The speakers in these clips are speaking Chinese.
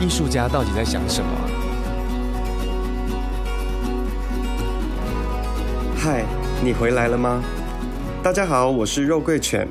艺术家到底在想什么啊、嗨，你回来了吗？大家好，我是肉桂犬。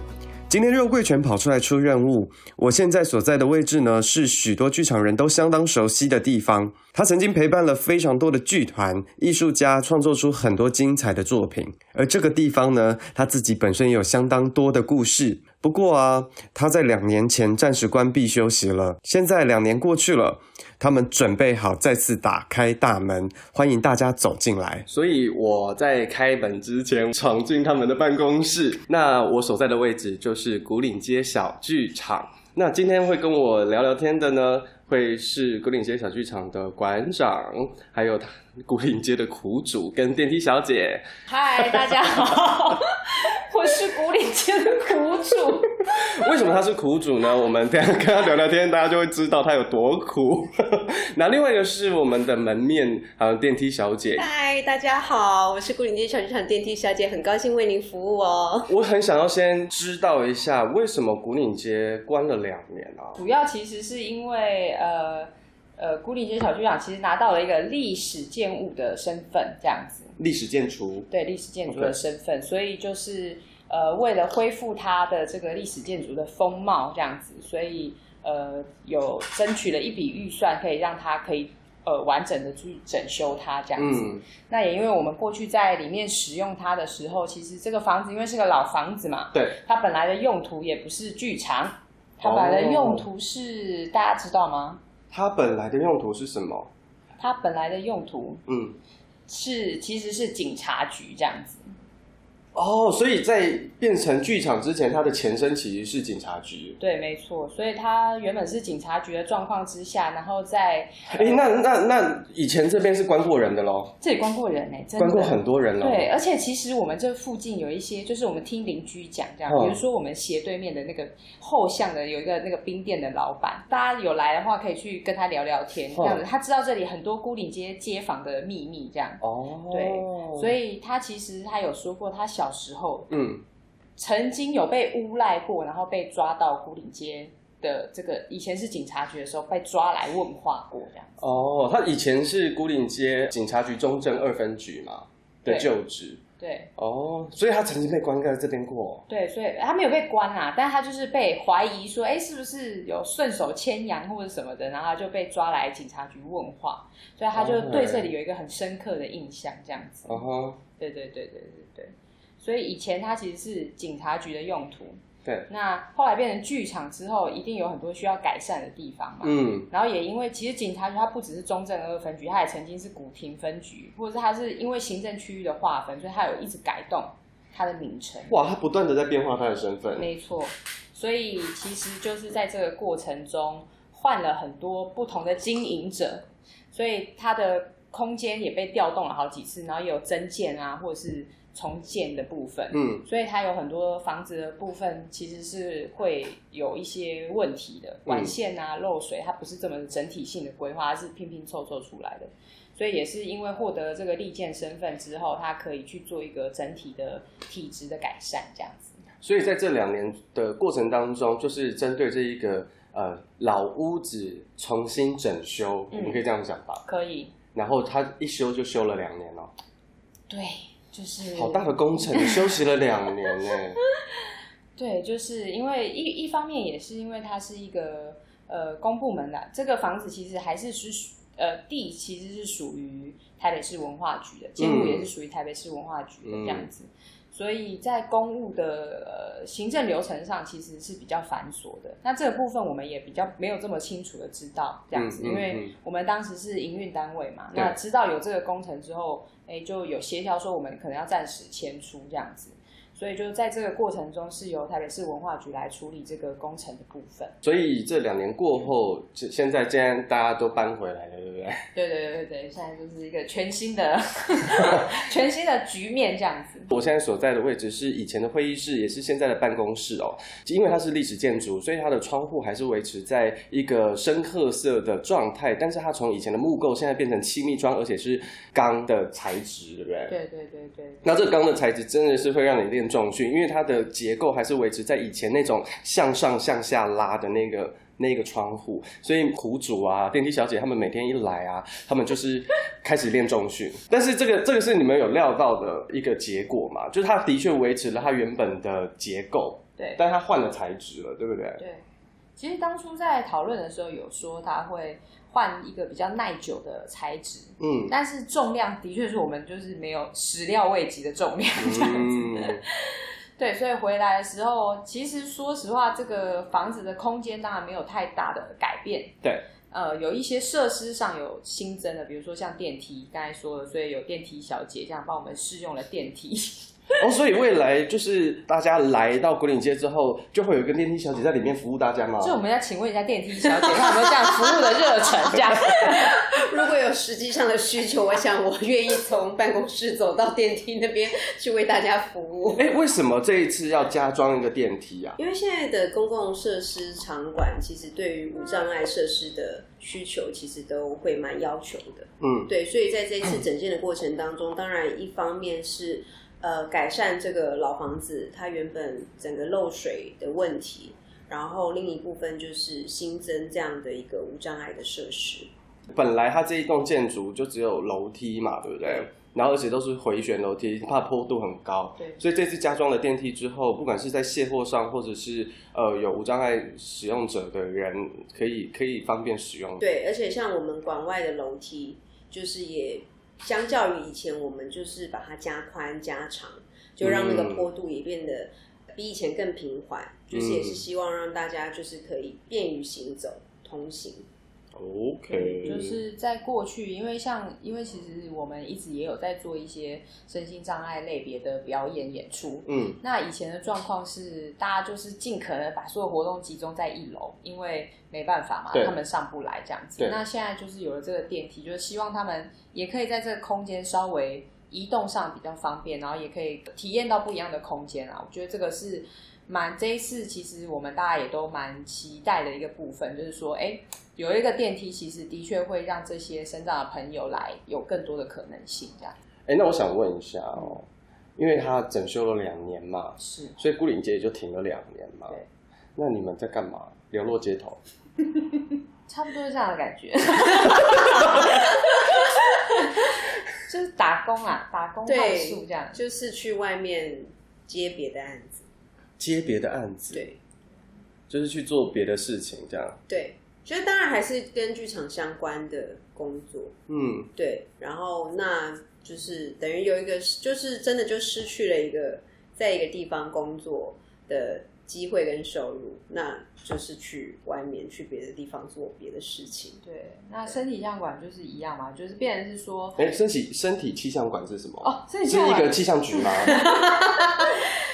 今天肉桂犬跑出来出任务。我现在所在的位置呢，是许多剧场人都相当熟悉的地方。他曾经陪伴了非常多的剧团、艺术家，创作出很多精彩的作品。而这个地方呢，他自己本身也有相当多的故事。不过啊，他在两年前暂时关闭休息了。现在两年过去了，他们准备好再次打开大门，欢迎大家走进来。所以我在开门之前闯进他们的办公室。那我所在的位置就是古岭街小剧场。那今天会跟我聊聊天的呢，会是古岭街小剧场的馆长，还有他古岭街的苦主跟电梯小姐。嗨，大家好，我是古岭街的苦主。为什么他是苦主呢？我们等一下跟他聊聊天，大家就会知道他有多苦。 那另外一个是我们的门面，呃，电梯小姐，嗨，大家好，我是古岭街小剧场电梯小姐，很高兴为您服务哦。我很想要先知道一下，为什么古岭街关了两年啊？主要其实是因为呃呃，古岭街小剧场其实拿到了一个历史建物的身份，这样子，历史建筑，对历史建筑的身份，所以就是呃，为了恢复它的这个历史建筑的风貌，这样子，所以呃，有争取了一笔预算，可以让它可以呃完整的去整修它这样子。嗯，那也因为我们过去在里面使用它的时候，其实这个房子因为是个老房子嘛，对，它本来的用途也不是剧哦场，它本来的用途是、大家知道吗？它本来的用途是什么？它本来的用途嗯，是其实是警察局这样子，哦，所以在变成剧场之前，它的前身其实是警察局。对，没错。所以它原本是警察局的状况之下，然后在哎，那那那以前这边是关过人的喽，这里关过人呢、真的关过很多人喽。对，，而且其实我们这附近有一些，就是我们听邻居讲这样，嗯比如说我们斜对面的那个后巷的有一个那个冰店的老板，大家有来的话可以去跟他聊聊天，这样子，他知道这里很多孤岭街街坊的秘密这样，哦，对所以以他其实他有说过，他小时候嗯，曾经有被诬赖过，然后被抓到孤岭街的这个以前是警察局的时候被抓来问话过这样子，哦，它以前是孤岭街警察局中正二分局嘛的对旧址。对。哦，所以他曾经被关在这边过。对，所以他没有被关啦、但他就是被怀疑说，哎，是不是有顺手牵羊或者什么的，然后他就被抓来警察局问话，所以他就对这里有一个很深刻的印象，这样子。哦吼，对对对对对对，所以以前它其实是警察局的用途，对，那后来变成剧场之后，一定有很多需要改善的地方嘛。嗯，然后也因为其实警察局它不只是中正二分局，它也曾经是古亭分局，或者是它是因为行政区域的划分，所以它有一直改动它的名称。哇，他不断的在变化他的身份。没错，所以其实就是在这个过程中换了很多不同的经营者，所以它的空间也被调动了好几次，然后也有增建啊，或者是重建的部分。嗯所以它有很多房子的部分其实是会有一些问题的，管线啊、漏水，它不是这么整体性的规划，它是拼拼凑凑出来的。所以也是因为获得了这个利剑身份之后，它可以去做一个整体的体质的改善，这样子。所以在这两年的过程当中，就是针对这一个呃老屋子重新整修，嗯我们可以这样讲吧。可以，然后他一修就修了两年哦，对，就是好大的工程，休息了两年呢。对，就是因为一一方面也是因为它是一个呃公部门的，这个房子其实还是是属呃地其实是属于台北市文化局的，建嗯筑也是属于台北市文化局的这样子，所以在公务的呃行政流程上其实是比较繁琐的。那这个部分我们也比较没有这么清楚的知道这样子，嗯嗯因嗯为我们当时是营运单位嘛，对那知道有这个工程之后，哎，就有协调说我们可能要暂时迁出这样子。所以就在这个过程中是由台北市文化局来处理这个工程的部分。所以这两年过后，这现在既然大家都搬回来了，对不对？对对对对对，现在就是一个全新的 全新的局面这样子。我现在所在的位置是以前的会议室，也是现在的办公室哦。因为它是历史建筑，所以它的窗户还是维持在一个深褐色的状态，但是它从以前的木构现在变成气密窗，而且是钢的材质，对不对？对对对对那这钢的材质真的是会让你练重训，因为它的结构还是维持在以前那种向上向下拉的那个那个窗户，所以苦主啊、电梯小姐他们每天一来啊，他们就是开始练重训。但是这个这个是你们有料到的一个结果嘛？就是它的确维持了它原本的结构，对但它换了材质了，对不对？对。其实当初在讨论的时候有说它会换一个比较耐久的材质，嗯但是重量的确是我们就是没有始料未及的重量这样子。嗯， 对，所以回来的时候，其实说实话，这个房子的空间当然没有太大的改变。对，呃，有一些设施上有新增的，比如说像电梯，刚才说了，所以有电梯小姐这样帮我们试用了电梯。哦，所以未来就是大家来到国岭街之后，就会有一个电梯小姐在里面服务大家嘛。所以我们要请问一下电梯小姐，她有没有这样服务的热忱？这样 如果有实际上的需求，我想我愿意从办公室走到电梯那边去为大家 服务。哎，为什么这一次要加装一个电梯啊？因为现在的公共设施场馆，其实对于无障碍设施的需求，其实都会蛮要求的。嗯，对，所以在这一次整建的过程当中，当然一方面是呃改善这个老房子它原本整个漏水的问题，然后另一部分就是新增这样的一个无障碍的设施。本来它这一栋建筑就只有楼梯嘛，对不对？然后而且都是回旋楼梯，怕坡度很高。对所以这次加装了电梯之后，不管是在卸货上，或者是呃有无障碍使用者的人，可以可以方便使用。对，而且像我们馆外的楼梯，就是也相较于以前，我们就是把它加宽加长，就让那个嗯坡度也变得比以前更平缓，就是也是希望让大家就是可以便于行走通行。 OK，就是在过去，因为像因为其实我们一直也有在做一些身心障碍类别的表演演出，嗯那以前的状况是，大家就是尽可能把所有活动集中在一楼，因为没办法嘛对，他们上不来这样子对。那现在就是有了这个电梯，就是希望他们也可以在这个空间稍微移动上比较方便，然后也可以体验到不一样的空间啊。我觉得这个是蛮这一次，其实我们大家也都蛮期待的一个部分，就是说，哎、有一个电梯，其实的确会让这些身障的朋友来有更多的可能性，这样哎，那我想问一下哦，因为它整修了两年嘛，是。所以孤岭街也就停了两年嘛对。那你们在干嘛？流落街头？差不多是这样的感 觉，就是打工啊，打工换对数这样。就是去外面接别的案子，接别的案子，对就是去做别的事情这样。对，觉得当然还是跟剧场相关的工作，嗯，对，然后那就是等于有一个，就是真的就失去了一个在一个地方工作的机会跟收入，那就是去外面去别的地方做别的事情。对，那身体相馆就是一样嘛，就是变成是说，哎，身体身体气象馆是什么？啊哦，身体是相一馆个气象局吗？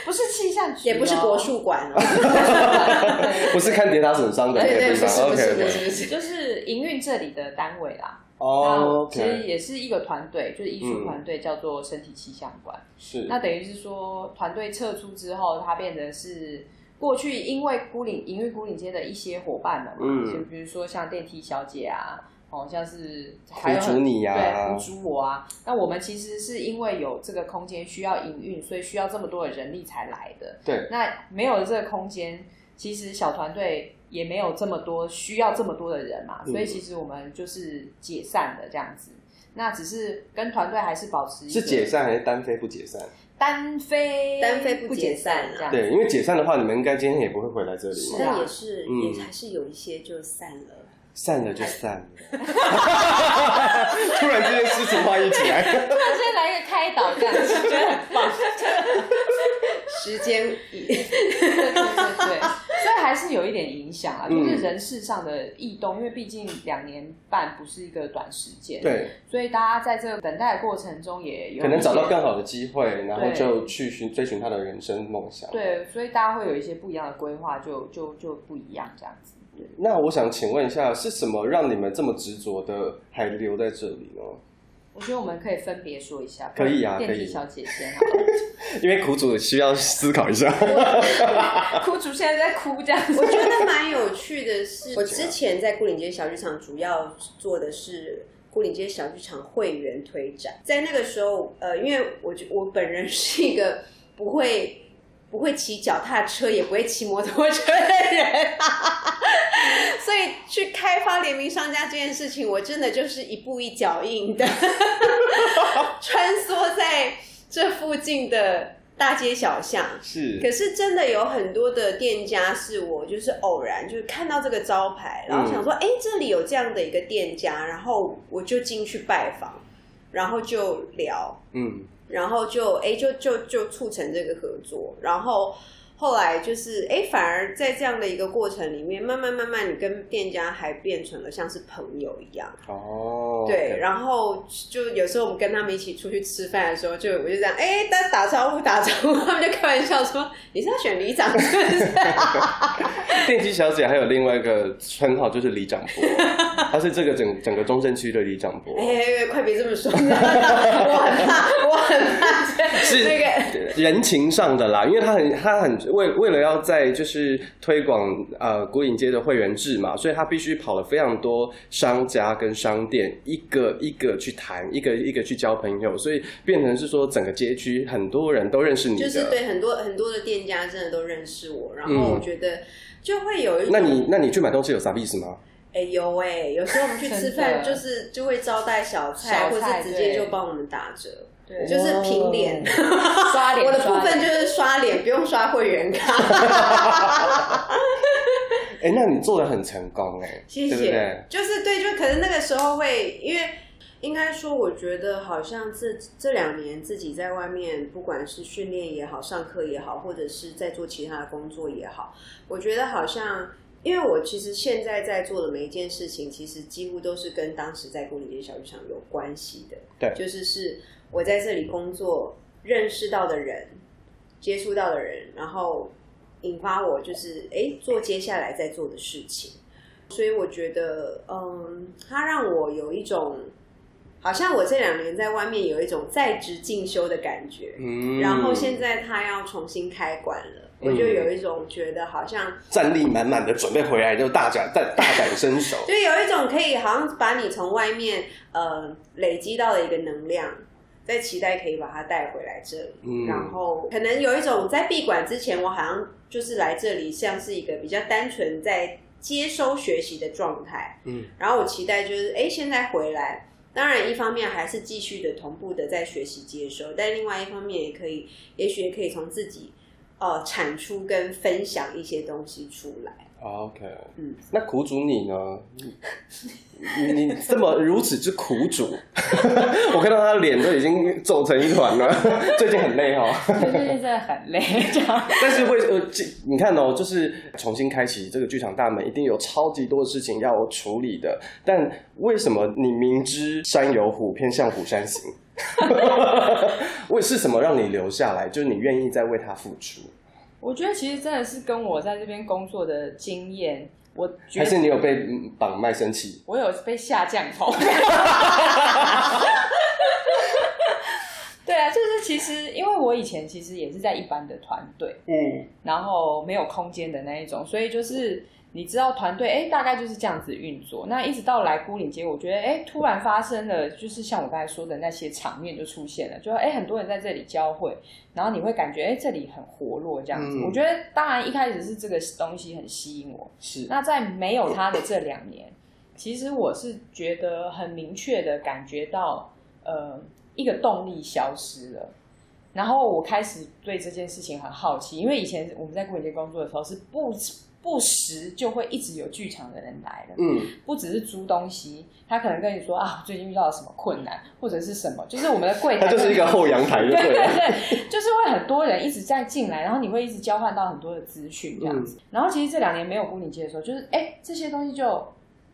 不是气象局哦，也不是国术馆哦，不是看跌打损伤的那 对个对，地不是方。不 OK 是不 OK。是不是，就是营运这里的单位啦。哦那其实，OK，嗯也是一个团队，就是艺术团队，叫做身体气象馆。是那等于是说，团队撤出之后，它变成是过去因为孤岭营运孤岭街的一些伙伴们嘛，嗯就比如说像电梯小姐啊，哦，像是还苦有主很你呀对，，苦主我啊。那我们其实是因为有这个空间需要营运，所以需要这么多的人力才来的。对，那没有了这个空间，其实小团队也没有这么多需要这么多的人嘛，嗯所以其实我们就是解散的这样子。那只是跟团队还是保持一是个解散还是单飞不解散？单飞单飞不解解散啊这样对，因为解散的话，你们应该今天也不会回来这里啊是嘛。但也是啊嗯也还是有一些就散了。散了就散了。突然之间诗情画意起来。突然间来一个开导这样子， 觉得很棒。时间已对对对对，所得还是有一点影响啊，嗯就是人事上的异动，因为毕竟两年半不是一个短时间，，对，所以大家在这个等待的过程中也有可能一找到些更好的机会，然后对就去寻追寻他的人生梦想。对，所以大家会有一些不一样的规划，就就就不一样这样子。那我想请问一下，是什么让你们这么执着的还留在这里呢？我觉得我们可以分别说一下，可以啊电可梯以小姐先好 因为苦主需要思考一下。了，苦主现在在啊 哭这样子， 我觉得蛮有趣的是，我之前在牯岭街小剧场主要做的是牯岭街小剧场会员推展，在那个时候，呃，因为我觉我本人是一个不会不会骑脚踏车，也不会骑摩托车的人。 所以去开发联名商家这件事情，我真的就是一步一脚印的 穿梭在这附近的大街小巷，可是， 是真的有很多的店家是我就是偶然就是看到这个招牌，然后想说，哎、这里有这样的一个店家，然后我就进去拜访，然后就聊，嗯，然后就哎、诶就就就促成这个合作，然后后来就是哎、诶反而在这样的一个过程里面，慢慢慢慢，你跟店家还变成了像是朋友一样。哦，对，然后就有时候我们跟他们一起出去吃饭的时候，就我就这样，哎、大家打招呼打招呼， 他们就开玩笑说你是要选里 长是不是？电机小姐还有另外一个称号就是李长博， 她是这个整整个中正区的李长博哎、， 快别这 么说，我很怕，我很怕是这个。人情上的啦，因为她很她很为为了要在就是推广呃古影街的会员制嘛，所以她必须跑了非常多商家跟商店，一个一个去谈，一个一个去交朋友，所以变成是说整个街区很多人都认识你的。就是对很多很多的店家真的都认识我，然后我觉得就会有一种，嗯那你那你去买东西有啥意思吗？哎、有哎、有时候我们去吃真饭的就是就会招待小菜，小菜或是直接对就帮我们打折，对就是平脸。刷脸，我的部刷脸分就是刷脸，不用刷会员卡。哎、那你做的很成功哎、谢谢，对不对？就是对，就可能那个时候会，因为应该说，我觉得好像这这两年自己在外面，不管是训练也好，上课也好，或者是在做其他的工作也好，我觉得好像。因为我其实现在在做的每一件事情，其实几乎都是跟当时在古里街小剧场有关系的。对就是是我在这里工作认识到的人，接触到的人，然后引发我就是诶做接下来在做的事情。所以我觉得，嗯，它让我有一种好像我这两年在外面有一种在职进修的感觉。嗯然后现在它要重新开馆了，我就有一种觉得好像战力满满的准备回来，就大展大大展身 手。就有一种可以好像把你从外面呃累积到的一个能量，在期待可以把它带回来这里。嗯然后可能有一种在闭馆之前，我好像就是来这里像是一个比较单纯在接收学习的状态。嗯，然后我期待就是哎现在回来。当然，一方面还是继续的同步的在学习接收，但另外一方面也可以，也许也可以从自己呃产出跟分享一些东西出来。哦 OK，嗯那苦主你呢？你你你这么如此之苦主， 我看到他脸都已经皱成一团了， 最近很累哦。对最近真的很累，这样但是为呃，这你看哦，就是重新开启这个剧场大门，一定有超级多的事情要处理的。但为什么你明知山有虎，偏向虎山行？为是什么让你留下来？就是你愿意再为他付出，我觉得其实真的是跟我在这边工作的经验，我觉还得是你有被嗯绑卖身契？我有被下降 头。对啊，就是其实因为我以前其实也是在一般的团队，嗯，然后没有空间的那一种，所以就是你知道团队哎大概就是这样子运作。那一直到来孤岭街，我觉得哎突然发生了，就是像我刚才说的那些场面就出现了，就哎很多人在这里交汇，然后你会感觉哎这里很活络这样子。嗯我觉得当然一开始是这个东西很吸引我，是那在没有他的这两年，其实我是觉得很明确的感觉到，呃，一个动力消失了。然后我开始对这件事情很好奇，因为以前我们在古典街工作的时候是不不时就会一直有剧场的人来了。嗯，不只是租东西，他可能跟你说啊，最近遇到了什么困难或者是什么，就是我们的柜台它就是一个后阳台就对对对了。对，就是会很多人一直在进来，然后你会一直交换到很多的资讯嗯这样子。然后其实这两年没有孤你街的时候，就是哎这些东西就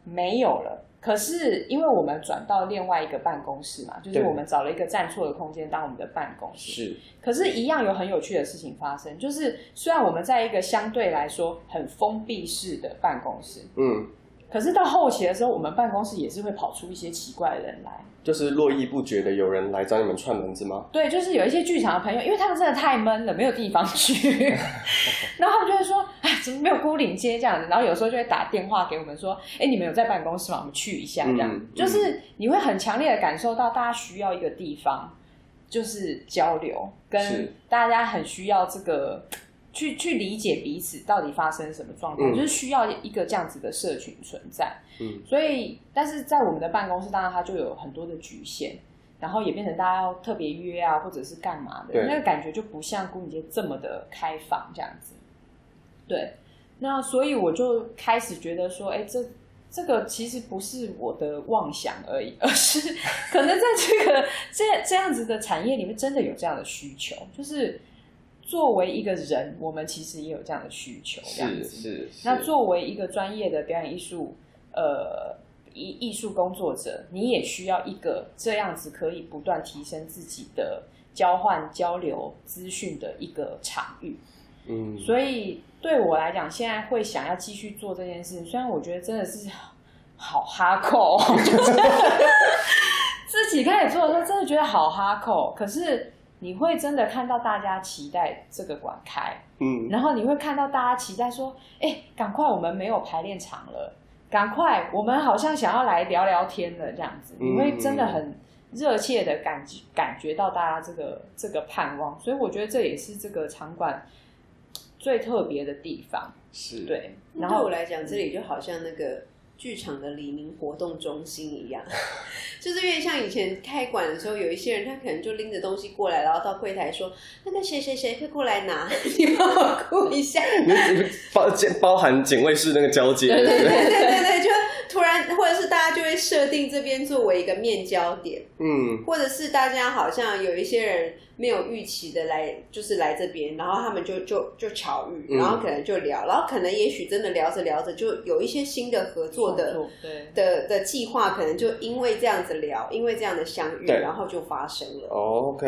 没有了。可是因为我们转到另外一个办公室嘛，就是对我们找了一个站错的空间当我们的办公室。是，可是，一样有很有趣的事情发生，就是虽然我们在一个相对来说很封闭式的办公室，嗯，可是到后期的时候，我们办公室也是会跑出一些奇怪的人来。就是络绎不绝的有人来找你们串门子吗？对，就是有一些剧场的朋友，因为他们真的太闷了，没有地 方去，然后他们就会说：“哎，怎么没有孤岭街这样子？”然后有时候就会打电话给我们说：“哎，你们有在办公室吗？我们去一下。”这样、嗯嗯就是你会很强烈的感受到大家需要一个地方，就是交流，跟是大家很需要这个去去理解彼此到底发生什么状况，嗯就是需要一个这样子的社群存在。嗯，所以，但是在我们的办公室，当然它就有很多的局限，然后也变成大家要特别约啊，或者是干嘛的，对那个感觉就不像孤影节这么的开放这样子。对，那所以我就开始觉得说，哎，这这个其实不是我的妄想而已，而是 可能在这个这这样子的产业里面，真的有这样的需求，就是作为一个人，我们其实也有这样的需求，这样是子。是。那是作为一个专业的表演艺术，呃，艺艺术工作者，你也需要一个这样子可以不断提升自己的交换、交流资讯的一个场域。嗯，所以对我来讲，现在会想要继续做这件事，虽然我觉得真的是好哈扣，就是 自己开始做的时候，真的觉得好哈扣，可是。你会真的看到大家期待这个馆开，嗯，然后你会看到大家期待说：“哎，赶快，我们没有排练场了，赶快，我们好像想要来聊聊天了。”这样子，嗯你会真的很热切的感觉感觉到大家这个这个盼望，所以我觉得这也是这个场馆最特别的地方。是，对，那然对后我来讲，这里就好像那个剧场的黎明活动中心一样， 就是因为像以前开馆的时候，有一些人他可能就拎着东西过来，然后到柜台说：“那个谁谁谁会过来拿， 你帮我顾 一下。”你你 包包含警卫室那个交接，对不对？对对对，就突然或者是大家就会设定这边作为一个面交点，嗯，或者是大家好像有一些人没有预期的来，就是来这边，然后他们就就就巧遇，嗯然后可能就聊，然后可能也许真的聊着聊着就有一些新的合作的。对，的的计划可能就因为这样子聊，因为这样的相遇，对然后就发生了。 OK，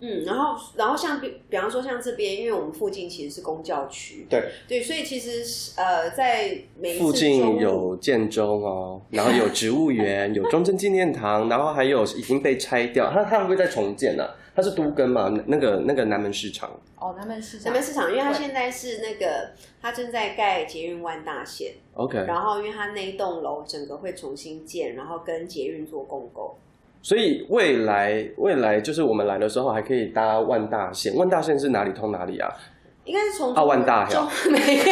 嗯，然后然后像比比方说像这边，因为我们附近其实是公教区，对，对，所以其实是呃，在每一次附周近末有建中哦，然后有植物园，有中正纪念堂，然后还有已经被拆掉，它它会不会再重建呢、啊？它是都更嘛，那个那个南门市场，哦，他们是南 门市场，因为它现在是那个它正在盖捷运万大线， OK，然后因为它那一栋楼整个会重新建，然后跟捷运做共构。所以未来未来就是我们来的时候还可以搭万大线，万大线是哪里通哪里啊？应该是从啊万大中 没有，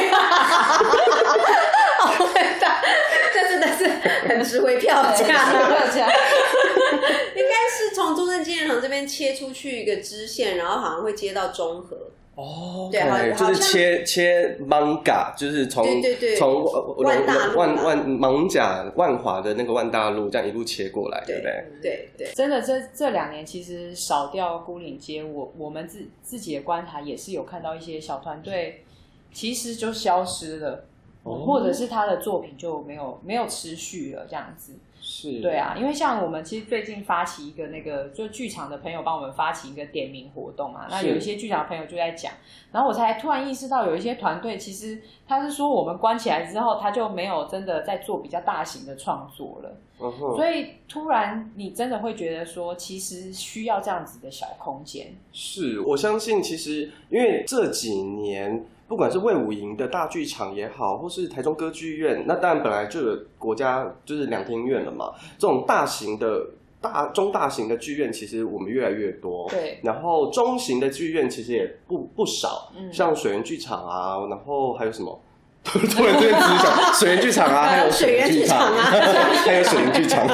啊万大， 这真的是很值回票对价。大家应该是从中正纪念堂这边切出去一个支线，然后好像会接到中和，哦对好好就是像切切 manga，就是从对对对从万大路万吧万蒙甲万华的那个万大路这样一路切过来，对不对？对对，真的这这两年其实少掉孤岭街，我我们自自己的观察也是有看到一些小团队其实就消失了。哦或者是他的作品就没有没有持续了这样子。是对，啊，因为像我们其实最近发起一个那个，就剧场的朋友帮我们发起一个点名活动嘛，那是有一些剧场的朋友就在讲，然后我才突然意识到有一些团队其实他是说我们关起来之后，他就没有真的在做比较大型的创作了，嗯哼所以突然你真的会觉得说，其实需要这样子的小空间，是我相信，其实因为这几年，不管是魏武营的大剧场也好，或是台中歌剧院，那当然本来就有国家就是两厅院了嘛，这种大型的。大中大型的剧院其实我们越来越多，对然后中型的剧院其实也不不少，嗯像水源剧场啊，然后还有什么 突然之间只想水源剧场啊，还有水源剧剧场啊， 还有水源剧场。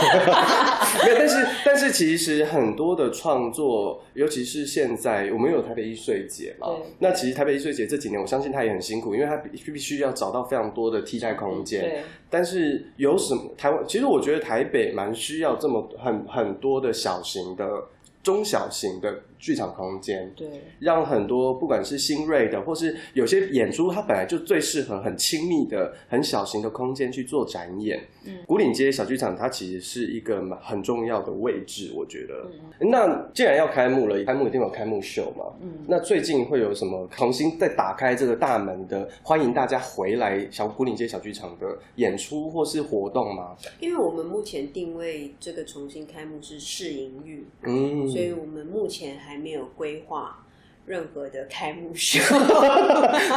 没有，但是但是其实很多的创作，尤其是现在我们有台北艺穗节嘛对，那其实台北艺穗节这几年，我相信他也很辛苦，因为他必必须要找到非常多的替代空间。对，但是有什么台湾？其实我觉得台北蛮需要这么很很多的小型的、中小型的剧场空间，对，让很多不管是新锐的，或是有些演出，它本来就最适合很亲密的、很小型的空间去做展演。嗯古岭街小剧场它其实是一个蛮很重要的位置，我觉得。嗯那既然要开幕了，开幕一定有开幕秀嘛？嗯，那最近会有什么重新再打开这个大门的，欢迎大家回来小古岭街小剧场的演出或是活动吗？因为我们目前定位这个重新开幕是试营运，嗯，所以我们目前还没有规划任何的开 幕秀。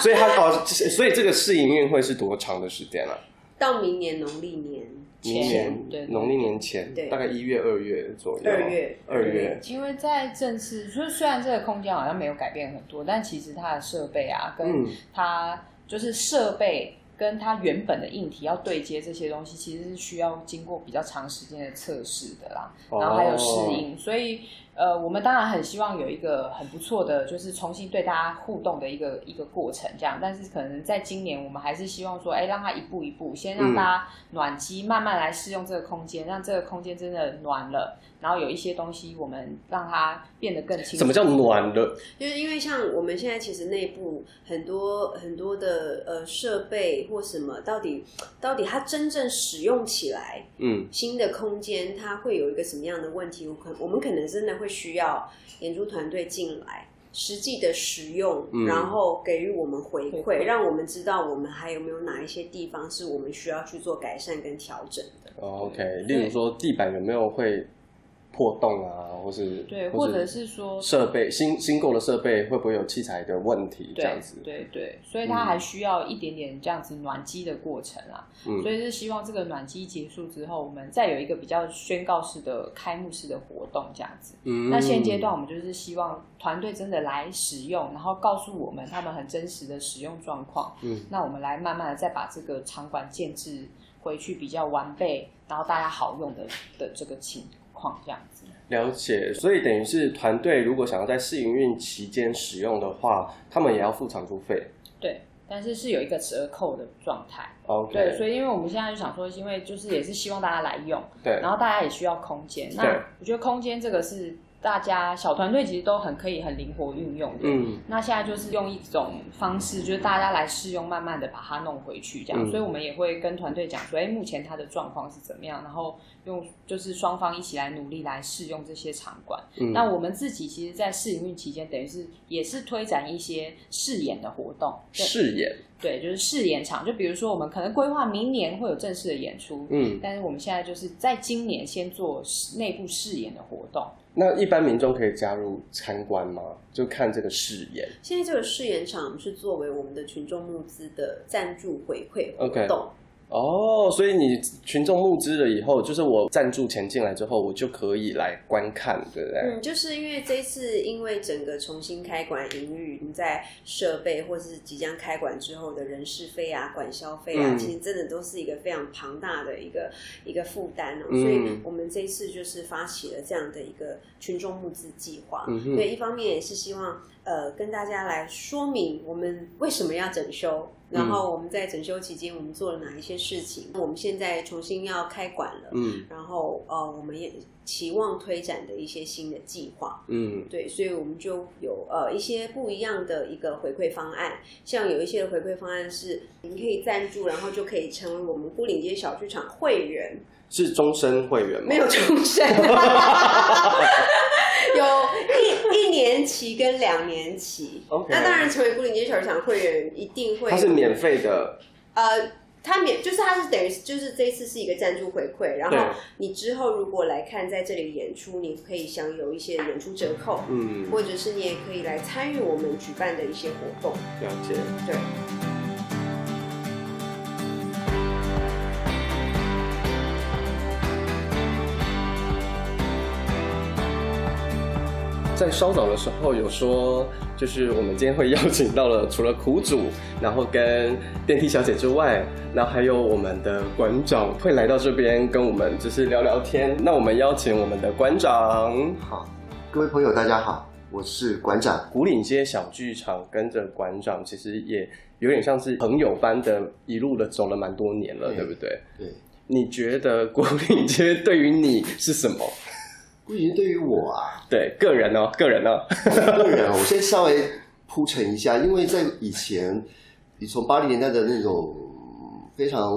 所以它哦，所以这个试营运会是多长的时间啊？到明年农历年明前对年农历年前，对大概一月、二月左右。二，月，二月，因为在正式，就是虽然这个空间好像没有改变很多，但其实它的设备啊，跟嗯，它就是设备跟它原本的硬体要对接这些东西，其实是需要经过比较长时间的测试的啦。哦然后还有适应，所以呃，我们当然很希望有一个很不错的，就是重新对大家互动的一个一个过程这样。但是可能在今年，我们还是希望说，哎，让它一步一步，先嗯让大家暖机，慢慢来试用这个空间，让这个空间真的暖了，然后有一些东西我们让它变得更清楚。什么叫暖的？就是因为像我们现在其实内部很多很多的呃设备或什么，到底到底它真正使用起来，嗯，新的空间它会有一个什么样的问题？我可我们可能真的会需要研究团队进来。实际的使用，嗯然后给予我们回回馈，馈让我们知道我们还有没有哪一些地方是我们需要去做改善跟调整的。哦 OK，例如说地板有没有会破洞啊，或是对，或者是说设备新新购的设备会不会有器材的问题这对样子？对对，所以它还需要一点点这样子暖机的过程啊。嗯所以是希望这个暖机结束之后，我们再有一个比较宣告式的开幕式的活动这样子。嗯那现阶段我们就是希望团队真的来使用，然后告诉我们他们很真实的使用状况。嗯，那我们来慢慢的再把这个场馆建制回去比较完备，然后大家好用的的这个情况这样子。嗯了解，所以等于是团队如果想要在试营运期间使用的话，他们也要付场租费。对，但是是有一个折扣的状态。 OK，对，所以因为我们现在就想说，因为就是也是希望大家来用，对然后大家也需要空间。那对我觉得空间这个是大家小团队其实都很可以很灵活运用的。嗯那现在就是用一种方式，就是大家来试用，慢慢的把它弄回去，这样。嗯所以我们也会跟团队讲说，哎，目前它的状况是怎么样，然后用就是双方一起来努力来试用这些场馆。嗯，那我们自己其实，在试营运期间，等于是也是推展一些试演的活动，对试演，对，就是试演场。就比如说，我们可能规划明年会有正式的演出，嗯，但是我们现在就是在今年先做试内部试演的活动。那一般民众可以加入参观吗？就看这个试演。现在这个试演场是作为我们的群众募资的赞助回馈活 OK 动。哦，所以你群众募资了以后，就是我赞助钱进来之后，我就可以来观看，对不对？嗯，就是因为这一次，因为整个重新开馆营运，在设备或是即将开馆之后的人事费啊、管销费啊，嗯其实真的都是一个非常庞大的一个一个负担哦。嗯所以我们这一次就是发起了这样的一个群众募资计划。嗯哼对，一方面也是希望呃跟大家来说明我们为什么要整修。嗯然后我们在整修期间，我们做了哪一些事情？我们现在重新要开馆了，嗯然后呃，我们也期望推展的一些新的计划，嗯对，所以我们就有呃一些不一样的一个回馈方案，像有一些的回馈方案是你可以赞助，然后就可以成为我们孤岭街小剧场 会员，是终身会员吗？没有终身，有一一年期跟两年期。 OK 那当然，成为孤岭街小剧场会员一定会它是免费的。呃，它免就是它是等于就是这一次是一个赞助回馈，然对后你之后如果来看在这里演出，你可以享有一些演出折扣，嗯，或者是你也可以来参与我们举办的一些活动。了解。对。在稍早的时候有说，就是我们今天会邀请到了除了苦主，然后跟电梯小姐之外，然后还有我们的馆长会来到这边跟我们就是聊聊天。那我们邀请我们的馆长，好，各位朋友，大家好，我是馆长。古岭街小剧场跟着馆长，其实也有点像是朋友般的，一路的走了蛮多年了，对对不对？对，你觉得古岭街对于你是什么？顾云对于我啊，对，个人哦， 个人哦，个人啊，我先稍微铺陈一下，因为在以前，你从八零年代的那种非常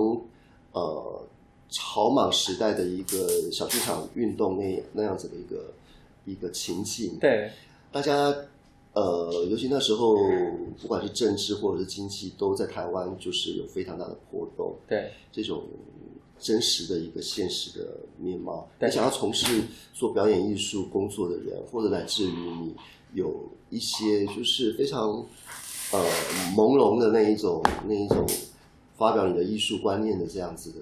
呃草莽时代的一个小剧场运动那那样子的一个一个情境，对，大家呃，尤其那时候，不管是政治或者是经济，都在台湾就是有非常大的波动。对，这种真实的一个现实的面貌。对你想要从事做表演艺术工作的人，或者乃至于你有一些就是非常呃朦胧的那一种那一种发表你的艺术观念的这样子的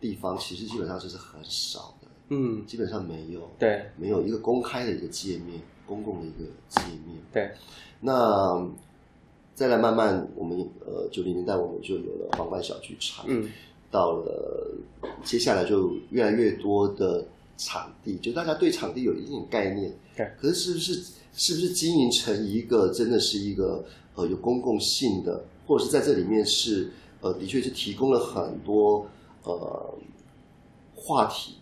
地方，其实基本上就是很少的，嗯，基本上没有。对，没有一个公开的一个界面，公共的一个界面。对，那再来慢慢，我们呃九零年代我们就有了黄冠小剧场，嗯，到了呃接下来就越来越多的场地，就大家对场地有一定概念，对，可是是不是是不是经营成一个真的是一个呃有公共性的，或者是在这里面是呃的确是提供了很多呃话题，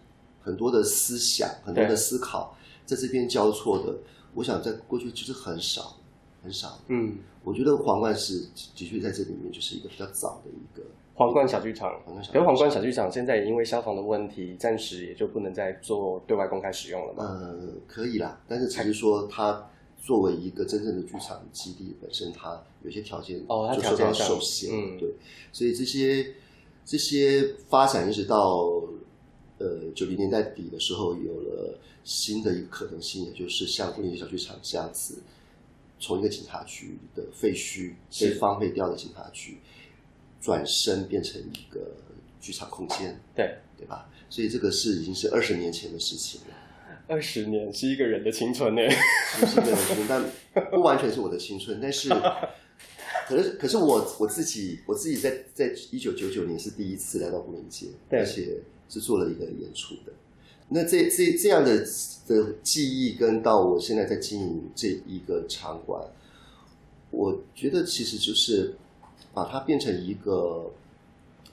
很多的思想，很多的对思考在这边交错的，我想在过去就是很少很少。嗯，我觉得皇冠是的确在这里面就是一个比较早的一个皇冠小剧场。皇冠小可是皇冠小剧场现在也因为消防的问题，暂时也就不能再做对外公开使用了嘛。呃，可以啦，但是只是说它作为一个真正的剧场基地本身，它有些条件哦它就条受件到上受限，嗯对，所以这些这些发展一直到呃九零年代底的时候，有了新的一个可能性，也就是像桂林小剧场这样子，从一个警察局的废墟被是荒废掉的警察局，转身变成一个剧场空间，对，对吧？所以这个是已经是二十年前的事情了。二十年是一个人的青春呢。不是一个人青春，但不完全是我的青春，但是，可是可是我我自己我自己在在一九九九年是第一次来到古岭街，对而且是做了一个演出的。那这这这样的的记忆跟到我现在在经营这一个场馆，我觉得其实就是把它变成一个，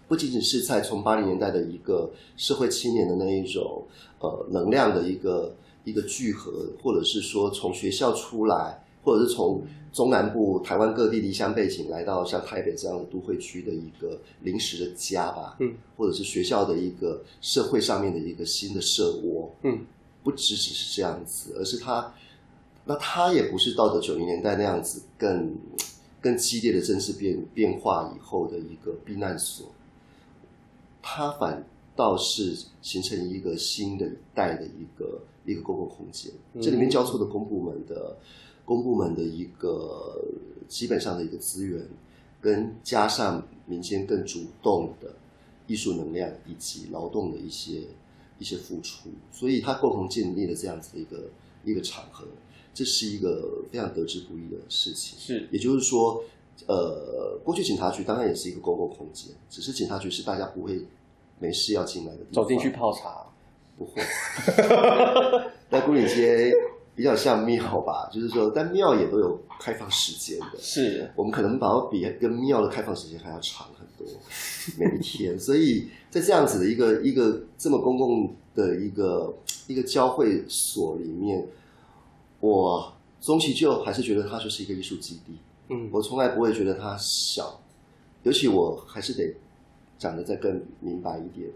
不仅仅是在从八零年代的一个社会青年的那一种呃能量的一个一个聚合，或者是说从学校出来，或者是从中南部台湾各地离乡背景来到像台北这样的都会区的一个临时的家吧，嗯，或者是学校的一个社会上面的一个新的社窝，嗯，不只只是这样子，而是他，那他也不是到了九零年代那样子更更激烈的政治变变化以后的一个避难所，它反倒是形成一个新的一代的一个一个公共空间嗯，这里面交错的公部门的公部门的一个基本上的一个资源，跟加上民间更主动的艺术能量以及劳动的一些一些付出，所以它共同建立了这样子的一个一个场合，这是一个非常得之不易的事 情。是，也就是说，呃，过去警察局当然也是一个公共空间，只是警察局是大家不会没事要进来的地方，走进去泡茶。不会。那古岭街比较像庙吧，就是说，但庙也都有开放时间的。是，我们可能把它比跟庙的开放时间还要长很多，每一天。所以在这样子的一个一个这么公共的一个一个交汇所里面，我终其就还是觉得它就是一个艺术基地。嗯，我从来不会觉得它小，尤其我还是得讲的再更明白一点。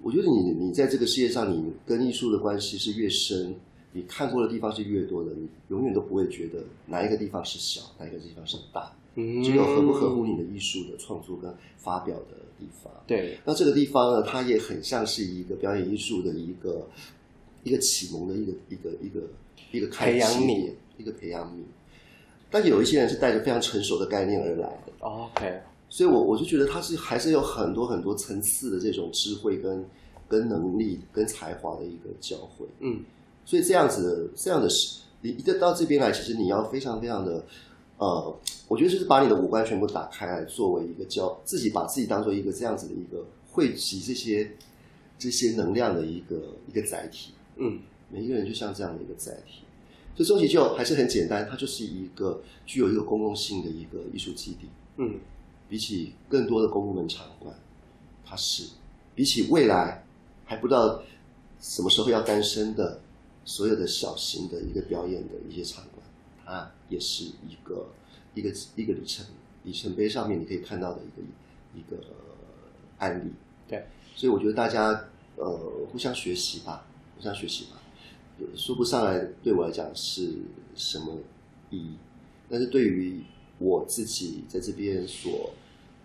我觉得你你在这个世界上，你跟艺术的关系是越深，你看过的地方是越多的，你永远都不会觉得哪一个地方是小，哪一个地方是大，嗯只有合不合乎你的艺术的创作跟发表的地方。对，那这个地方呢，它也很像是一个表演艺术的一个一个启蒙的一个一个一个一个开培养启皿，一个培养皿。但有一些人是带着非常成熟的概念而来的，哦，OK，所以我我就觉得他是还是有很多很多层次的这种智慧跟跟能力跟才华的一个教会。嗯，所以这样子的这样的你一到这边来，其实你要非常非常的，呃，我觉得就是把你的五官全部打开来，作为一个教自己把自己当做一个这样子的一个汇集这些这些能量的一个一个载体。嗯，每一个人就像这样的一个载体。所以终极就还是很简单，它就是一个具有一个公共性的一个艺术基地。嗯，比起更多的公部门场馆，它是比起未来还不知道什么时候要诞生的所有的小型的一个表演的一些场馆，它也是一个一个一个里程里程碑上面你可以看到的一个一个呃案例。对，所以我觉得大家呃互相学习吧，互相学习吧。说不上来，对我来讲是什么意义，但是对于我自己在这边所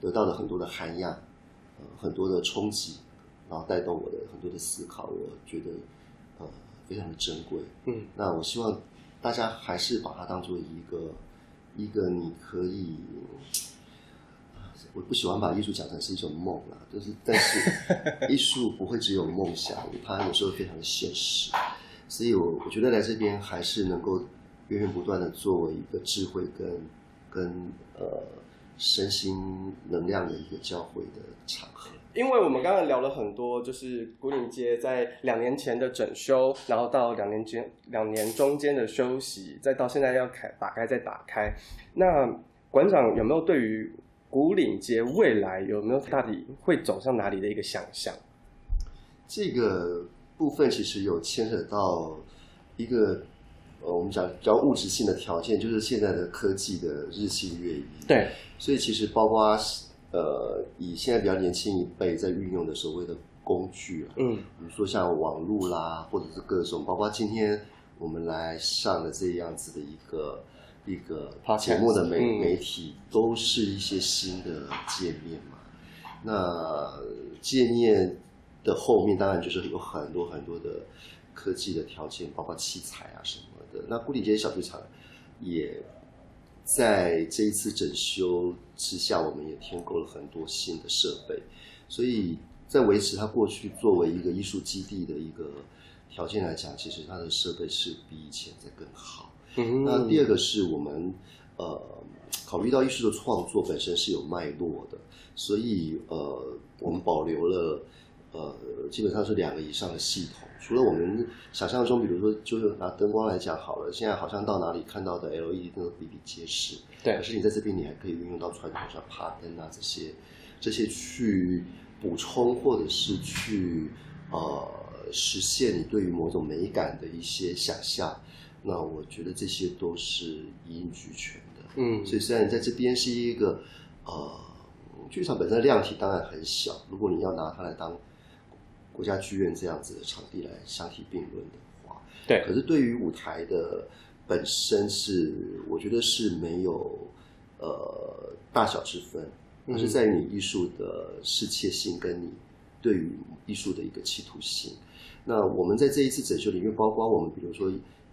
得到的很多的涵养，呃，很多的冲击，然后带动我的很多的思考，我觉得呃非常的珍贵。嗯，那我希望大家还是把它当做一个一个你可以，我不喜欢把艺术讲成是一种梦啦，就是但是艺术不会只有梦想，它有时候非常的现实。所以我我觉得来这边还是能够源源不断的作为一个智慧跟跟呃身心能量的一个交汇的场合。因为我们刚刚聊了很多，就是古岭街在两年前的整修，然后到两年间两年中间的休息，再到现在要开打开再打开。那馆长有没有对于古岭街未来有没有到底会走向哪里的一个想象？这个部分其实有牵扯到一个呃我们讲比较物质性的条件，就是现在的科技的日新月异。对，所以其实包括呃，以现在比较年轻一辈在运用的所谓的工具啊，嗯比如说像网络啦，或者是各种，包括今天我们来上的这样子的一个一个 Podcast，节目的媒、嗯媒体，都是一些新的界面嘛。那界面的后面当然就是有很多很多的科技的条件，包括器材啊什么的。那固体街小剧场也在这一次整修之下，我们也添购了很多新的设备，所以在维持它过去作为一个艺术基地的一个条件来讲，其实它的设备是比以前在更好。嗯那第二个是我们呃考虑到艺术的创作本身是有脉络的，所以呃我们保留了呃基本上是两个以上的系统。除了我们想象中，比如说就是拿灯光来讲好了，现在好像到哪里看到的 LED 都比比皆是，对可是你在这边你还可以运用到传统像爬灯啊这些这些去补充或者是去呃实现你对于某种美感的一些想象。那我觉得这些都是一应俱全的。嗯所以虽然在这边是一个呃剧场本身的量体当然很小，如果你要拿它来当国家剧院这样子的场地来相提并论的话，对可是对于舞台的本身是，我觉得是没有呃大小之分，嗯而是在于你艺术的适切性跟你对于艺术的一个企图心。那我们在这一次整修里面，包括我们比如说，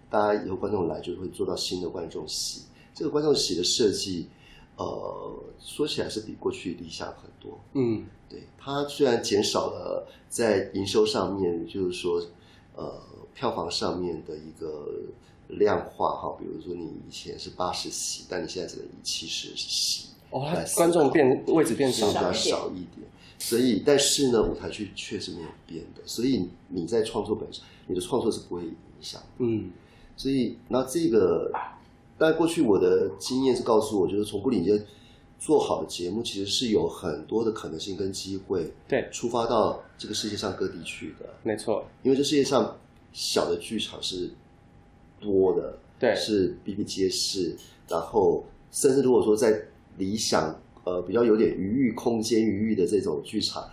大家以后观众来就会做到新的观众席，这个观众席的设计，呃，说起来是比过去理想很多。嗯对，它虽然减少了在营收上面，就是说，呃，票房上面的一个量化哈，比如说你以前是八十席，但你现在只能以七十席哦，来它思考，观众变位置变是啊比少，较少一点。所以，但是呢，舞台剧确实没有变的，所以你在创作本身，你的创作是不会影响的。嗯所以，那这个，但过去我的经验是告诉我，就是从布里间做好的节目，其实是有很多的可能性跟机会，对出发到这个世界上各地去的。没错，因为这世界上小的剧场是多的，对是比比皆是。然后，甚至如果说在理想呃比较有点余裕空间余裕的这种剧场，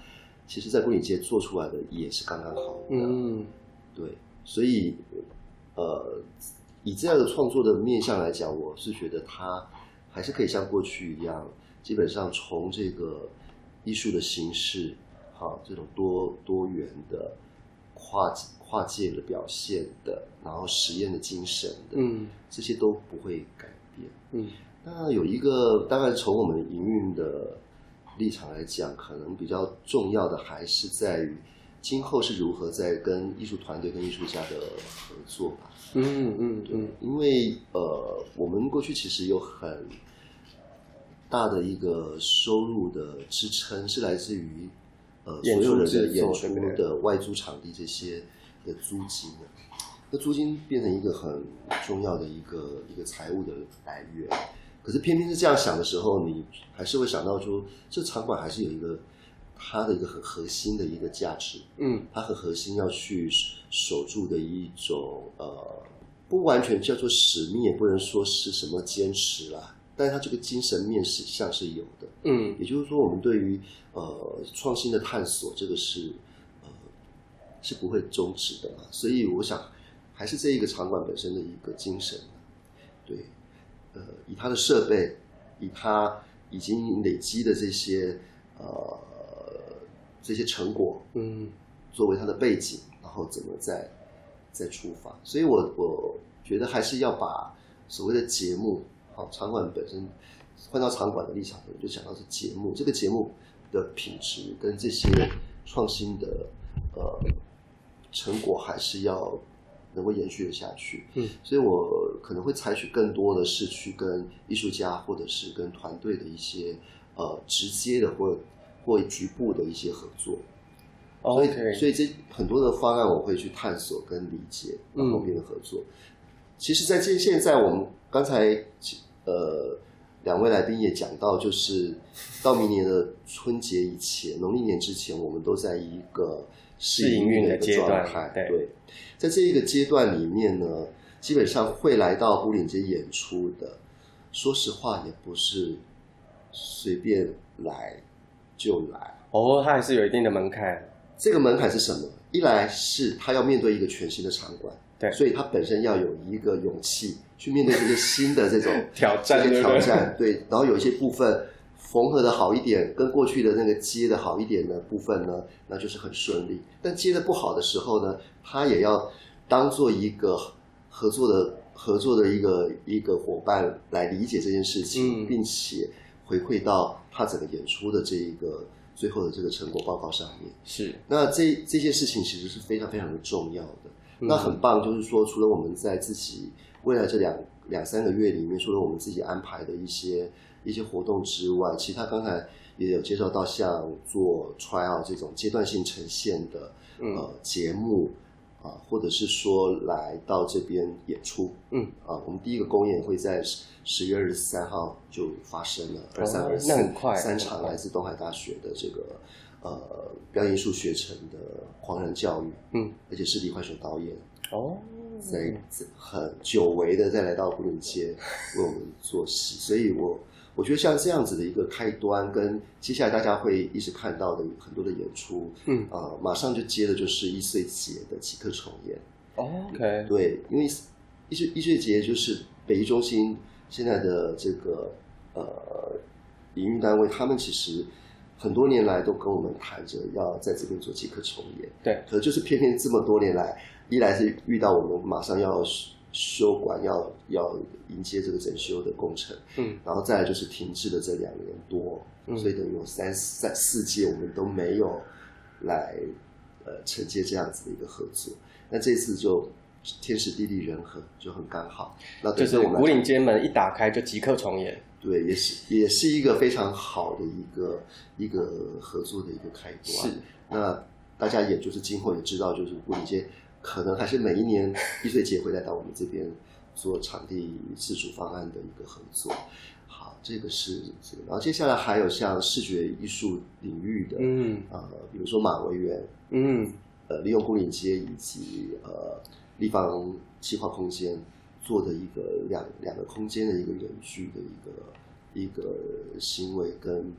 其实在布里街做出来的也是刚刚好的。嗯对，所以呃，以这样的创作的面向来讲，我是觉得它还是可以像过去一样，基本上从这个艺术的形式，哈、这种多多元的跨跨界的表现的，然后实验的精神的，嗯这些都不会改变。嗯那有一个，当然从我们营运的立场来讲，可能比较重要的还是在于今后是如何在跟艺术团队跟艺术家的合作吧。嗯嗯嗯，因为呃，我们过去其实有很大的一个收入的支撑是来自于呃演所出有人制的作演对出不对的外租场地这些的租金啊那租金变成一个很重要的一个一个财务的来源。可是偏偏是这样想的时候，你还是会想到说，这场馆还是有一个它的一个很核心的一个价值嗯，它很核心要去守住的一种呃，不完全叫做使命，也不能说是什么坚持啦，但是它这个精神面是像是有的。嗯也就是说，我们对于呃创新的探索，这个是呃是不会终止的嘛。所以我想，还是这一个场馆本身的一个精神，对，呃，以它的设备，以它已经累积的这些呃这些成果，嗯作为它的背景，然后怎么再再出发。所以我我觉得还是要把所谓的节目，好场馆本身，换到场馆的立场，我就想到是节目，这个节目的品质跟这些创新的呃成果还是要能够延续的下去。嗯，所以我可能会采取更多的是去跟艺术家或者是跟团队的一些呃直接的或或局部的一些合作。所以哦，OK，所以这很多的方案我会去探索跟理解，嗯然后变得合作。其实，在这现在我们刚才呃两位来宾也讲到，就是到明年的春节以前，农历年之前，我们都在一个试试营运的一个阶状段态对对，在这一个阶段里面呢，基本上会来到布林街演出的，说实话也不是随便来就来。哦，它还是有一定的门槛，这个门槛是什么？一来是他要面对一个全新的场馆，对所以他本身要有一个勇气去面对这些新的这种 挑战这对些不对挑战，对。然后有一些部分缝合的好一点，跟过去的那个接的好一点的部分呢，那就是很顺利。但接的不好的时候呢，他也要当做一个合作的合作的一个一个伙伴来理解这件事情，嗯并且回馈到他整个演出的这一个最后的这个成果报告上面。是，那这这件事情其实是非常非常的重要的。嗯那很棒，就是说，除了我们在自己未来这两两三个月里面，除了我们自己安排的一些一些活动之外，其他刚才也有介绍到，像做 trial 这种阶段性呈现的嗯呃节目啊、或者是说来到这边演出，嗯啊、我们第一个公演会在十十月二十三号就发生了，二三哦二四那很快三很场快来自东海大学的这个呃表演艺术学程的狂人教育，嗯，而且是李焕雄导演哦，在在很久违的再来到布伦街为我们做事，所以我我觉得像这样子的一个开端，跟接下来大家会一直看到的很多的演出，嗯呃，马上就接的就是易碎节的极客重演，哦，OK，对，因为易碎易碎节就是北艺中心现在的这个呃营运单位，他们其实很多年来都跟我们谈着要在这边做极客重演，对，可就是偏偏这么多年来，一来是遇到我们马上要修修管，要要迎接这个整修的工程，嗯，然后再来就是停滞的这两年多，嗯所以等于有三三四届我们都没有来呃承接这样子的一个合作。那这次就天时地利人和就很刚好，那对就是对我们古来岭街门一打开就即刻重演，对也是也是一个非常好的一个一个合作的一个开端。是，那大家也就是今后也知道，就是古岭街可能还是每一年 易碎节会来到我们这边做场地自主方案的一个合作。好，这个是这个，然后接下来还有像视觉艺术领域的，嗯呃，比如说马维园，嗯呃，利用古岭街以及呃立方气化空间做的一个两两个空间的一个远距的一个一个行为跟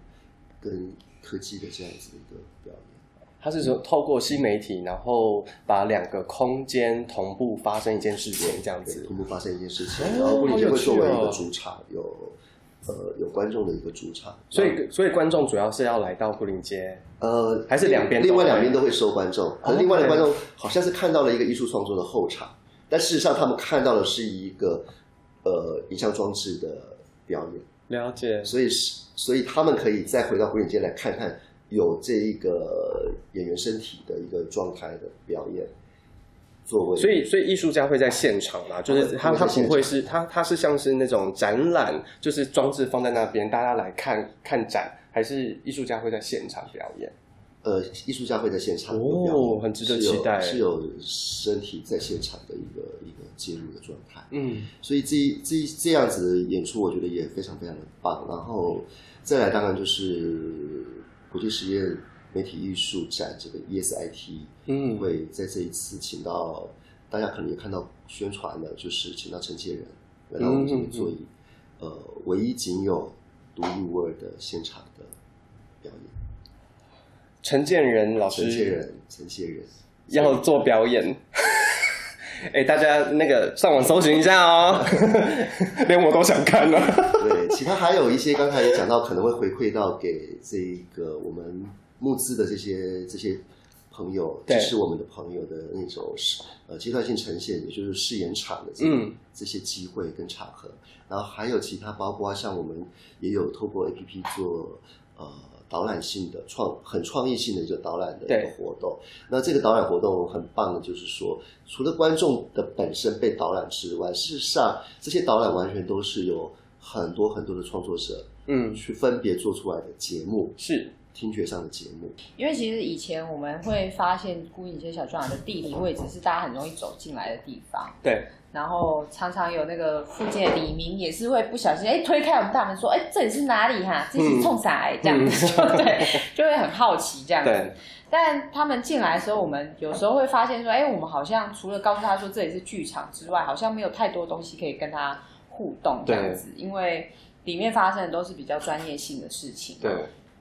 跟科技的这样子的一个表演。它是说透过新媒体，然后把两个空间同步发生一件事情，这样对，子同。步发生一件事情，哦然后布里好街有会趣作为一哦个主场，有呃有观众的一个主场，所以，所以观众主要是要来到古岭街，呃还是两边都哦另外会两边都会收观众，可是另外的观众好像是看到了一个艺术创作的后场，但事实上他们看到的是一个呃影像装置的表演，了解。所以是所以他们可以再回到古典街来看看有这一个演员身体的一个状态的表演作为，所以，所以艺术家会在现场嘛，就是他他他会在现不场会是他他是像是那种展览，就是装置放在那边，大家来看看展，还是艺术家会在现场表演？呃，艺术家会在现场有哦表演很值得是有期待是有身体在现场的一个一个介入的状态。嗯，所以这一这一这样子的演出，我觉得也非常非常的棒。然后再来，当然就是国际实验媒体艺术展这个 E ESIT，嗯会在这一次请到大家可能也看到宣传的，就是请到陈建仁来到我们这边做一、呃唯一仅有独一无二的现场的表演。陈建仁老陈建师仁，陈建仁，要做表演。 哎、大家那个上网搜寻一下 哦，连我都想看了。对，其他还有一些刚才也讲到，可能会回馈到给这一个我们募资的这些这些朋友，对支持我们的朋友的那种是呃阶段性呈现，也就是试演场的这个嗯这些机会跟场合。然后还有其他，包括像我们也有透过 APP 做呃导览性的创很创意性的一个导览的一对个活动。那这个导览活动很棒的，就是说除了观众的本身被导览之外，事实上这些导览完全都是有很多很多的创作者嗯，去分别做出来的节目，是，听觉上的节目。 因为其实以前我们会发现孤影街小剧场的地理位置是大家很容易走进来的地方，对，然后常常有那个附近的李明也是会不小心哎、推开我们大门说哎、这里是哪里哈、这是冲啥、哎这样子、就对，就会很好奇这样子。对，但他们进来的时候，我们有时候会发现说，哎，我们好像除了告诉他说这里是剧场之外，好像没有太多东西可以跟他互动这样子，因为里面发生的都是比较专业性的事情。对。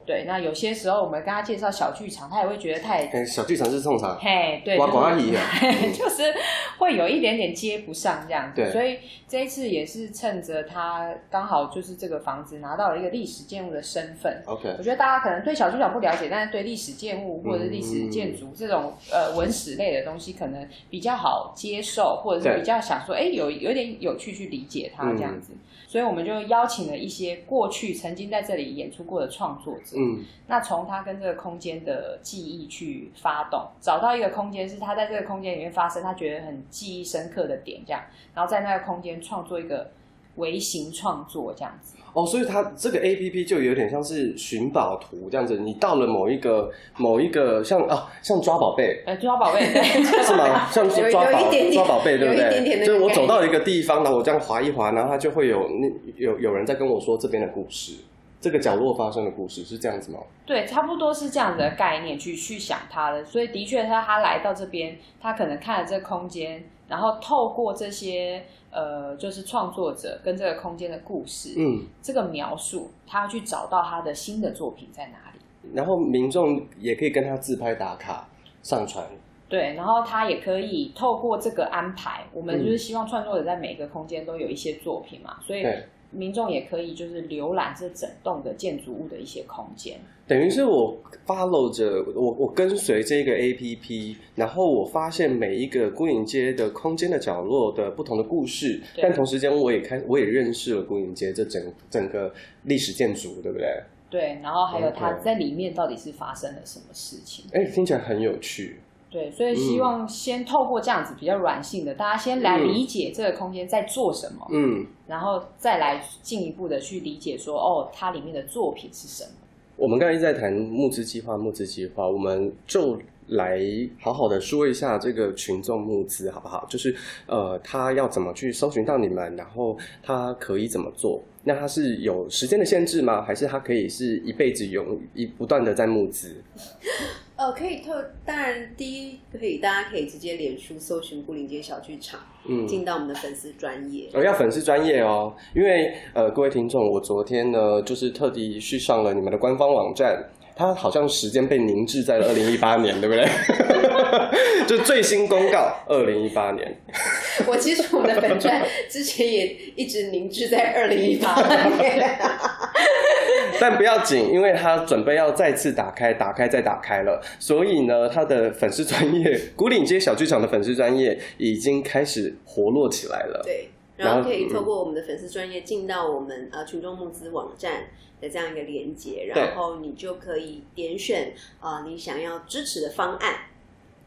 对，那有些时候我们跟他介绍小剧场，他也会觉得太哎、小剧场是冲啥？嘿，对，哇就是广阿姨啊 就是会有一点点接不上这样对子，所以这一次也是趁着他刚好就是这个房子拿到了一个历史建物的身份， OK，我觉得大家可能对小剧场不了解，但是对历史建物或者是历史建嗯筑这种呃文史类的东西，可能比较好接受，或者对嗯是比较想说，哎，有有点有趣去理解它这样子。所以我们就邀请了一些过去曾经在这里演出过的创作者，嗯，那从他跟这个空间的记忆去发动，找到一个空间是他在这个空间里面发生他觉得很记忆深刻的点，这样，然后在那个空间创作一个微型创作这样子。哦，所以它这个 A P P 就有点像是寻宝图这样子，你到了某一个某一个像啊像抓宝贝。呃，珠宝宝贝， 对是 吗？像是有抓有宝一点点抓宝贝，对不对？有一点点那个就是我概走念到一个地方，然后我这样划一划，然后它就会有那有有人在跟我说这边的故事，这个角落发生的故事是这样子吗？对，差不多是这样子的概念去去想他的，所以的确他他来到这边，他可能看了这空间，然后透过这些呃，就是创作者跟这个空间的故事，嗯，这个描述，他要去找到他的新的作品在哪里。然后民众也可以跟他自拍打卡上传，对，然后他也可以透过这个安排，我们嗯就是希望创作者在每个空间都有一些作品嘛，所以对民众也可以就是浏览这整栋的建筑物的一些空间。等于是我 follow 着我我跟随这个 A P P，然后我发现每一个孤影街的空间的角落的不同的故事，对但同时间我也开我也认识了孤影街这整整个历史建筑，对不对？对，然后还有他 OK 在里面到底是发生了什么事情。哎，听起来很有趣。对，所以希望先透过这样子比较软性的，大家先来理解这个空间在做什么，嗯，然后再来进一步的去理解说，哦，它里面的作品是什么。我们刚才一直在谈募资计划，募资计划，我们就来好好的说一下这个群众募资好不好？就是呃，他要怎么去搜寻到你们，然后他可以怎么做？那他是有时间的限制吗？还是他可以是一辈子永一不断的在募资？呃，可以透，当然第一可以，大家可以直接脸书搜寻布林街小剧场，嗯，进到我们的粉丝专业。我要粉丝专业哦，因为呃，各位听众，我昨天呢就是特地去上了你们的官方网站，它好像时间被凝滞在了二零一八年，对不 对？就最新公告，二零一八年。我其实我们的粉专之前也一直凝滞在二零一八年， 但不要紧，因为他准备要再次打开，打开再打开了，所以呢，他的粉丝专业古岭街小剧场的粉丝专业已经开始活络起来了。对，然然后后可以嗯透过我们的粉丝专业进到我们呃群众募资网站的这样一个连接，对然后你就可以点选呃你想要支持的方案，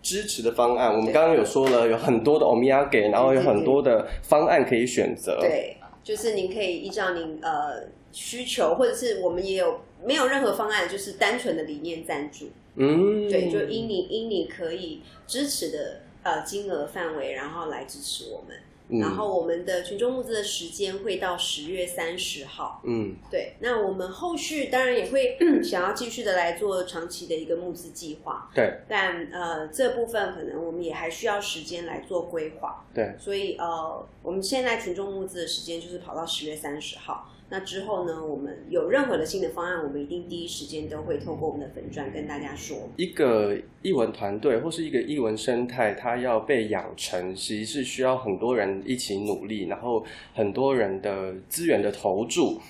支持的方案，我们刚刚有说了，有很多的欧米亚给，然后有很多的方案可以选择。，对，就是您可以依照您呃需求，或者是我们也有没有任何方案，就是单纯的理念赞助，嗯，对，就因你因你可以支持的呃金额范围，然后来支持我们。嗯然后我们的群众募资的时间会到十月三十号。嗯对，那我们后续当然也会 嗯想要继续的来做长期的一个募资计划，对但呃这部分可能我们也还需要时间来做规划，对，所以呃我们现在群众募资的时间就是跑到十月三十号。那之后呢，我们有任何的新的方案，我们一定第一时间都会透过我们的粉砖跟大家说。一个译文团队或是一个译文生态，它要被养成，其实是需要很多人一起努力，然后很多人的资源的投注。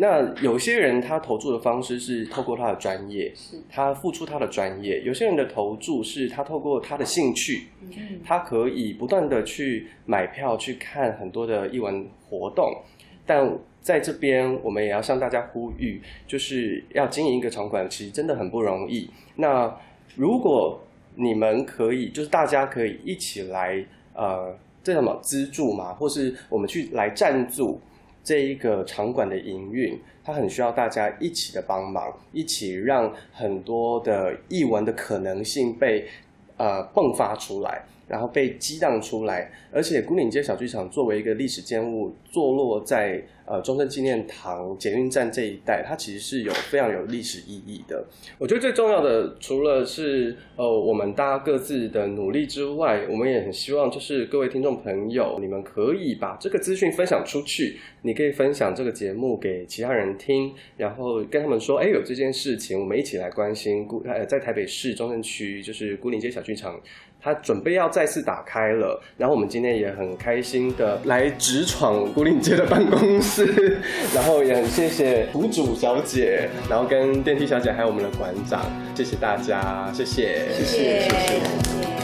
那有些人他投注的方式是透过他的专业，他付出他的专业；有些人的投注是他透过他的兴趣，嗯他可以不断的去买票去看很多的艺文活动，但在这边我们也要向大家呼吁，就是要经营一个场馆，其实真的很不容易。那如果你们可以，就是大家可以一起来，呃，这叫什么资助嘛，或是我们去来赞助这一个场馆的营运，它很需要大家一起的帮忙，一起让很多的译文的可能性被呃迸发出来，然后被激荡出来。而且古岭街小剧场作为一个历史建物，坐落在呃中正纪念堂捷运站这一带，它其实是有非常有历史意义的。我觉得最重要的，除了是呃我们大家各自的努力之外，我们也很希望就是各位听众朋友，你们可以把这个资讯分享出去，你可以分享这个节目给其他人听，然后跟他们说，哎，有这件事情，我们一起来关心孤呃在台北市中正区就是孤岭街小剧场。它准备要再次打开了，然后我们今天也很开心的来直闯孤岭街的办公室， 然后也很谢谢谷主小姐，然后跟电梯小姐还有我们的馆长，谢谢大家，谢谢谢谢，谢谢。